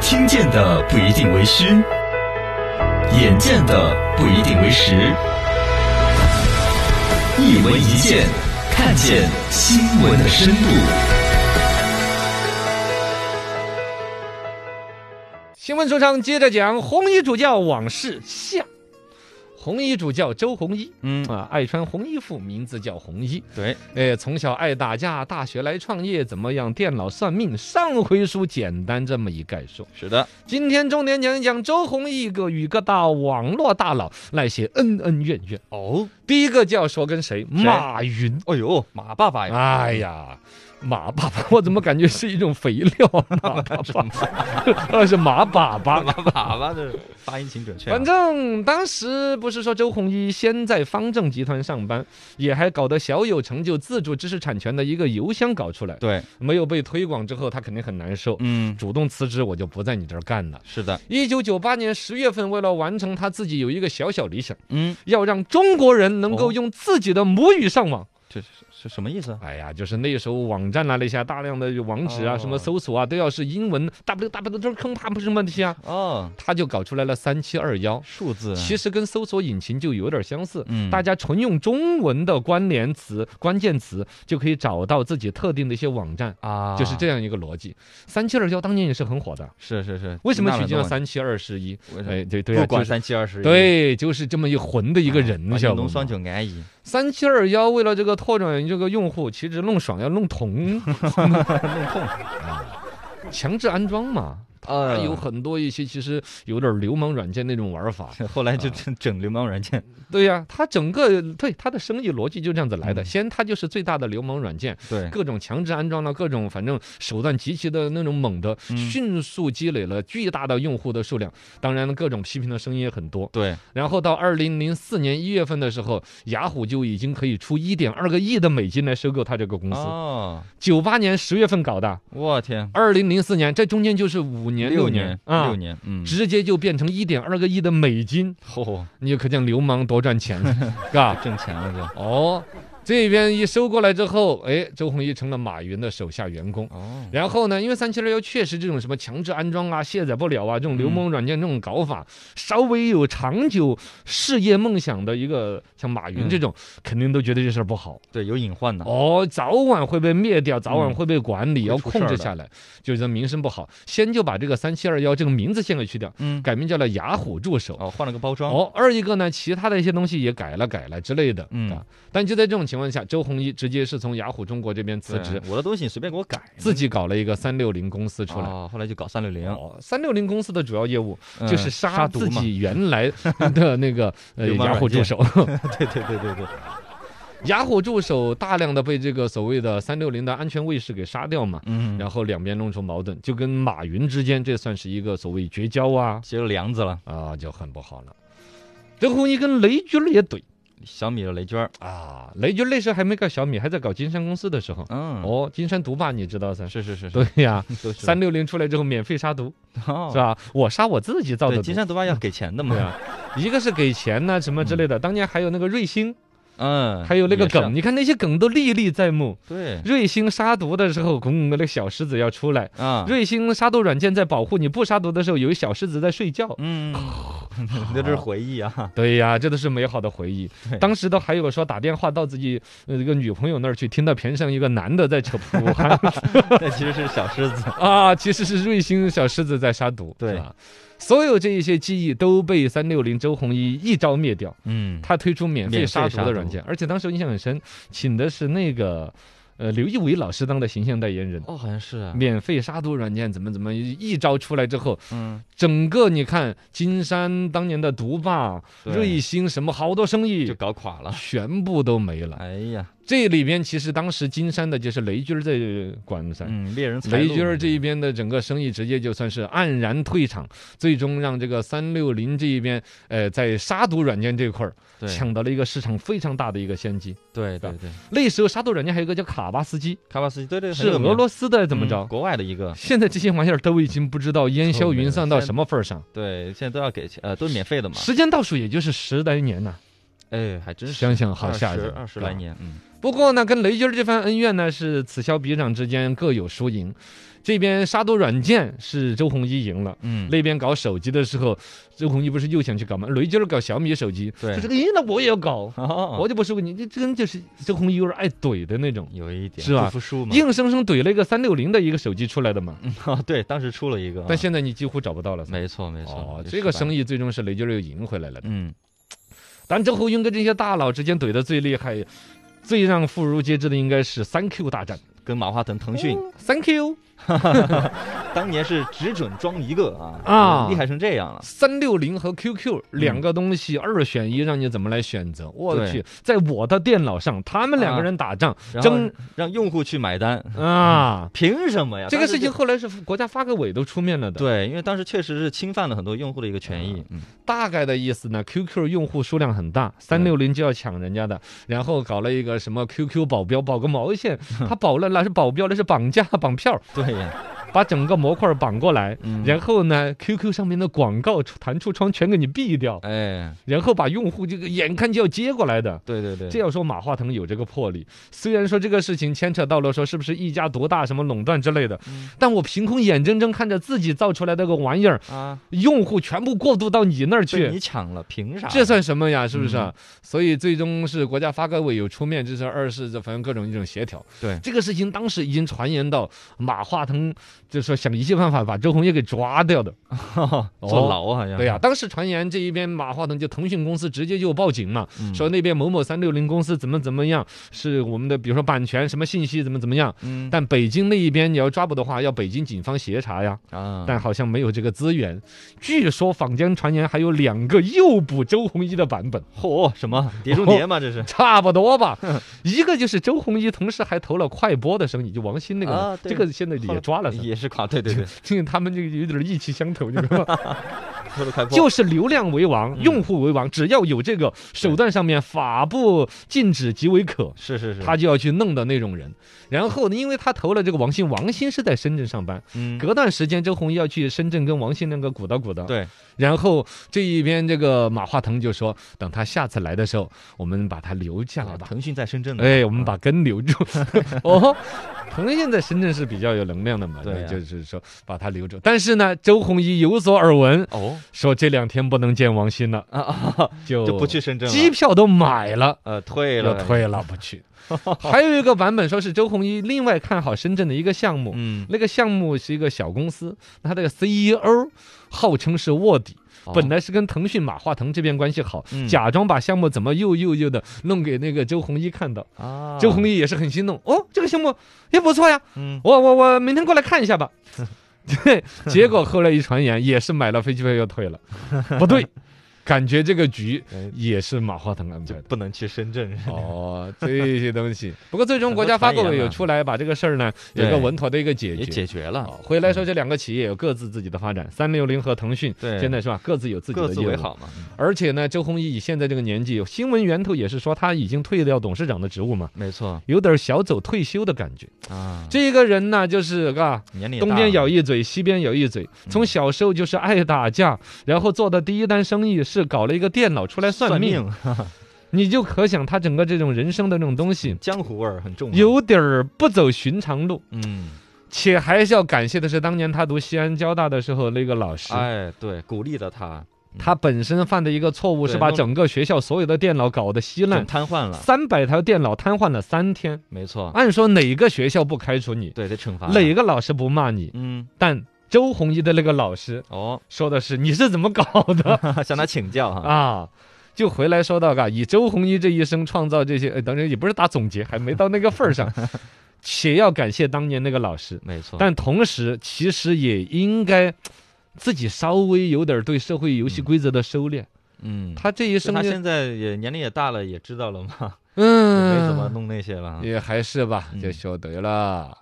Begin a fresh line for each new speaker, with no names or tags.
听见的不一定为虚，眼见的不一定为实。一文一见，看见新闻的深度。
新闻说唱接着讲红衣主教往事下。红衣主教周鸿祎，
嗯
啊，爱穿红衣服，名字叫红衣。
对，
哎，从小爱打架，大学来创业，怎么样？电脑算命，上回书简单这么一概述。
是的，
今天重点讲一讲周鸿祎个与各大网络大佬那些恩恩怨怨。
哦，
第一个就要说跟谁？马云。
哎呦，马爸爸呀，
哎呀，马爸爸，我怎么感觉是一种肥料？马爸 爸，那是马粑粑。
马爸爸这发音请准确啊、
反正当时不是说周鸿祎先在方正集团上班，也还搞得小有成就，自主知识产权的一个邮箱搞出来，
对，
没有被推广之后，他肯定很难受，
嗯，
主动辞职，我就不在你这儿干了。
是的，
一九九八年十月份，为了完成他自己有一个小小理想，
嗯，
要让中国人能够
哦
用自己的母语上网。
这是是什么意思啊？
哎呀，就是那时候网站啦、那些大量的网址啊、
哦
什么搜索啊，都要是英文 w w w 坑啪不是问题啊，
哦，
他就搞出来了三七二幺。
数字，
其实跟搜索引擎就有点相似，
嗯
大家纯用中文的关联词、关键词就可以找到自己特定的一些网站，
啊，
就是这，样一个逻辑。三七二幺当年也是很火的，
是是是，
为什么
那
取
么
经了
多
三七二十一？
为什么
哎，对对啊，
不管
就是
三七二十一，
对，就是这么一混的一个人，
啊，
晓
小
得
龙
吗
双？九安逸，
三七二幺为了这个拓展这个用户，其实弄爽要弄
弄
通，
痛，
强制安装嘛。它
啊
有很多一些其实有点流氓软件那种玩法，
后来就整整流氓软 件，
对呀、它整个对它的生意逻辑就这样子来的。先它就是最大的流氓软件，
嗯对，
各种强制安装了，各种反正手段极其的那种猛的，
嗯
迅速积累了巨大的用户的数量。当然了，各种批评的声音也很多。
对，
然后到二零零四年一月份的时候，雅虎就已经可以出一点二个亿的美金来收购它这个公司。
哦，
九八年十月份搞的，
我天，
二零零四年，这中间就是五年
六
年啊。
六年，嗯，
直接就变成一点二个亿的美金，
哦，
你就可见流氓多赚钱， 是吧？
挣钱了 就，
哦，这边一收过来之后，哎，周鸿祎成了马云的手下员工。
哦，
然后呢，因为三七六幺确实这种什么强制安装啊、卸载不了啊，这种流氓软件这种搞法，稍微有长久事业梦想的一个像马云这种，
嗯
肯定都觉得这事儿不好
对，有隐患的，
哦，早晚会被灭掉，早晚会被管理，
嗯会
要
出事儿
控制
的
下来，就是名声不好，先就把这个三七二幺这个名字先给去掉，
嗯，
改名叫了雅虎助手。
哦，换了个包装，
哦，二一个呢，其他的一些东西也改了改了之类的，
嗯
啊，但就在这种情况下，周鸿祎直接是从雅虎中国这边辞
对
职，
我的东西随便给我改，
自己搞了一个三六零公司出来。
哦，后来就搞三六零，
哦，三六零公司的主要业务
嗯
就是
杀
杀
毒
自
嘛，
己 原来的那个呃
流氓
雅
软
虎助
件
手，
对对对对对，
雅虎助手大量的被这个所谓的三六零的安全卫士给杀掉嘛，
嗯，
然后两边弄出矛盾，就跟马云之间这算是一个所谓绝交啊
结了梁子了，
啊，就很不好了。周鸿祎跟雷军儿也怼。
小米的雷军儿，
啊，雷军那时候还没搞小米，还在搞金山公司的时候。
嗯，，
哦，金山毒霸你知道噻？
是是是是，
对呀，
都是
三六零出来之后免费杀毒
哦
是吧？我杀我自己造
对，
的毒
金。山毒霸要给钱的嘛
对，啊，一个是给钱呐、什么之类的。当年还有那个瑞星，
嗯，
还有那个
也是
梗，，你看那些梗都历历在目。
对，
瑞星杀毒的时候，拱那个小狮子要出来。
啊，
瑞星杀毒软件在保护你，不杀毒的时候，有一小狮子在睡觉。
嗯， 那这是回忆啊，
对呀，这都是美好的回忆。当时都还有说打电话到自己呃一个女朋友那儿去，听到边上一个男的在扯普通话
那其实是小狮子，
啊，其实是瑞星小狮子在杀毒。
对
是吧所有这一些记忆都被三六零周鸿祎一招灭掉。
嗯，
他推出免费
免费
杀毒
杀
的
毒
软件，而且当时我印象很深，请的是那个呃刘仪伟老师当的形象代言人。
哦，好像是啊，
免费杀毒软件怎么怎么一招出来之后，
嗯，
整个你看金山当年的毒霸、
对
瑞星什么好多生意
就搞垮了，
全部都没了。
哎呀，
这里边其实当时金山的就是雷军儿在管噻。
嗯，猎人财
雷
路
军
嘛
儿这一边的整个生意直接就算是黯然退场，最终让这个三六零这一边，呃，在杀毒软件这块儿
对
抢到了一个市场非常大的一个先机。
对对对，
那时候杀毒软件还有一个叫卡巴斯基，
卡巴斯基，对对，很
是
有名
俄罗斯的，怎么
嗯
着？
国外的一个，
现在这些玩意儿都已经不知道烟消云散到
现在
什么份儿上，
对，现在都要给钱，呃，都是免费的嘛，
时间倒数也就是十来年呐、
哎，还真是。
想想好
二
吓
十
人，啊
二十
是吧
来年，嗯，
不过呢，跟雷军儿这番恩怨呢，是此消彼长之间各有输赢。这边杀毒软件是周鸿祎赢了。
嗯，
那边搞手机的时候，周鸿祎不是又想去搞吗？雷军儿搞小米手机，
对
他说：“哎，那我也要搞。
哦，
我就不是问你，这真就是周鸿祎有点爱怼的那种，
有一点
是吧
不服输嘛，
硬生生怼了一个三六零的一个手机出来的嘛。
啊， 对，当时出了一个啊，嗯
但现在你几乎找不到了。
没错没错，
哦，
也
这
失
个
败
生意最终是雷军儿又赢回来了的。
嗯，
咱周鸿祎跟这些大佬之间怼的最厉害，最让妇孺皆知的应该是三 Q 大战。
跟马化腾、腾讯
三
嗯
Q
当年是只准装一个啊，
啊
厉害成这样了，
三六零和 QQ 两个东西二选一，让你怎么来选择？我
嗯对啊
去，在我的电脑上，他们两个人打仗
然后
争
让用户去买单，
啊，
凭什么呀？
这个
当时
事情
就
后来是国家发改委都出面了的。啊
对，因为当时确实是侵犯了很多用户的一个权益，嗯，
大概的意思呢，QQ 用户数量很大，三六零就要抢人家的，然后搞了一个什么 QQ 保镖，保个毛 线！他保了那是保镖，那是绑架绑票，
对呀，
把整个模块绑过来，
嗯
然后呢，QQ 上面的广告弹出窗全给你闭掉，
哎，
然后把用户这个眼看就要接过来的。
对对对，
这要说马化腾有这个魄力，虽然说这个事情牵扯到了说是不是一家独大、什么垄断之类的，
嗯
但我凭空眼睁睁看着自己造出来那个玩意儿，
啊，
用户全部过渡到你那儿
被
去，
你抢了，嗯凭啥呀？
这算什么呀？是不是、啊？所以最终是国家发改委有出面，这是二是这反正各种一种协调。
对
这个事情，当时已经传言到马化腾就说想一切办法把周鸿祎给抓掉
嗯
的。
坐牢好像，
哦对呀、当时传言这一边马化腾就腾讯公司直接就报警嘛，
嗯
说那边某某三六零公司怎么怎么样，是我们的比如说版权什么信息怎么怎么样。
嗯
但北京那一边你要抓捕的话，要北京警方协查呀，
啊，
但好像没有这个资源。据说坊间传言还有两个诱捕周鸿祎的版本。
嚯，什么碟中谍嘛，这是
差不多 吧，一个就是周鸿祎，同时还投了快播的生意，就王鑫那个人，
啊对
这个现在也抓了他，
也是垮，对对对，
这个他们这个有点意气相投，你 知道吗？
说的开破，
就是流量为王，
嗯
用户为王，只要有这个手段上面法不禁止即为可，
是是是，
他就要去弄的那种人。然后呢，因为他投了这个王鑫，王鑫是在深圳上班，
嗯，
隔段时间周鸿祎要去深圳跟王鑫两个鼓捣鼓捣。
对，
然后这一边这个马化腾就说，等他下次来的时候，我们把他留下来吧。
腾讯在深圳呢，
哎，我们把根留住。 哦，腾讯在深圳是比较有能量的嘛，
对呀啊
就是说把它留住。但是呢，周鸿祎有所耳闻，
哦
说这两天不能见王鑫了，
啊啊，
就
就不去，深圳了，
机票都买了，
呃退
又
了，，
退了不去。还有一个版本说是周鸿祎另外看好深圳的一个项目，
嗯，
那个项目是一个小公司，那他这个 CEO 号称是卧底，本来是跟腾讯马化腾这边关系好，
哦嗯
假装把项目怎么又又又的弄给那个周鸿祎看到。
啊，
周鸿祎也是很心动哦，这个项目也不错呀，
嗯，
我我我明天过来看一 下吧。对，结果后来一传言，也是买了飞机票又退 了，不对，感觉这个局
哎
也是马化腾安排的。
不能去深圳，
哦，这些东西。不过最终国家发改委有出来把这个事儿呢有一个
对
稳妥的一个解
也
决。
解决了，
哦回来说这两个企业有各自自己的发展，三六零和腾讯
对
现在是吧，各自有自己
各
的
自
业
为
务。嗯
好嘛，
而且呢，周鸿祎以现在这个年纪，新闻源头也是说他已经退掉董事长的职务嘛。
没错
有点小走退休的感觉。
啊，
这个人呢，就是啊，
年龄也
东
大
边
了嗯
咬一嘴，西边咬一嘴。从小时候就是爱打架，然后做的第一单生意是搞了一个电脑出来算
算
命，
命，
你就可想他整个这种人生的这种东西，
江湖味儿很重，，啊
有点儿不走寻常路。
嗯，
且还是要感谢的是，当年他读西安交大的时候，那个老师。
哎，对，鼓励了他，
他本身犯的一个错误是
对
把
弄
整个学校所有的电脑搞得稀
整
烂，
瘫痪了，
三百台电脑瘫痪了三天。
没错，
按说哪个学校不开除你，
对，得惩罚，
哪，个老师不骂你？
嗯，
但周鸿祎的那个老师
哦，
说的是你是怎么搞的
向他请教哈，
啊？就回来说到，嘎，以周鸿祎这一生创造这些，呃，当然也不是打总结，还没到那个份儿 上，且要感谢当年那个老师，
没错，
但同时其实也应该。自己稍微有点对社会游戏规则的收敛，
嗯，
他这一生
他
就
现在也年龄也大了，也知道了嘛，也没怎么
嗯，
弄那些了啊，
也还是吧，
嗯
就晓得了。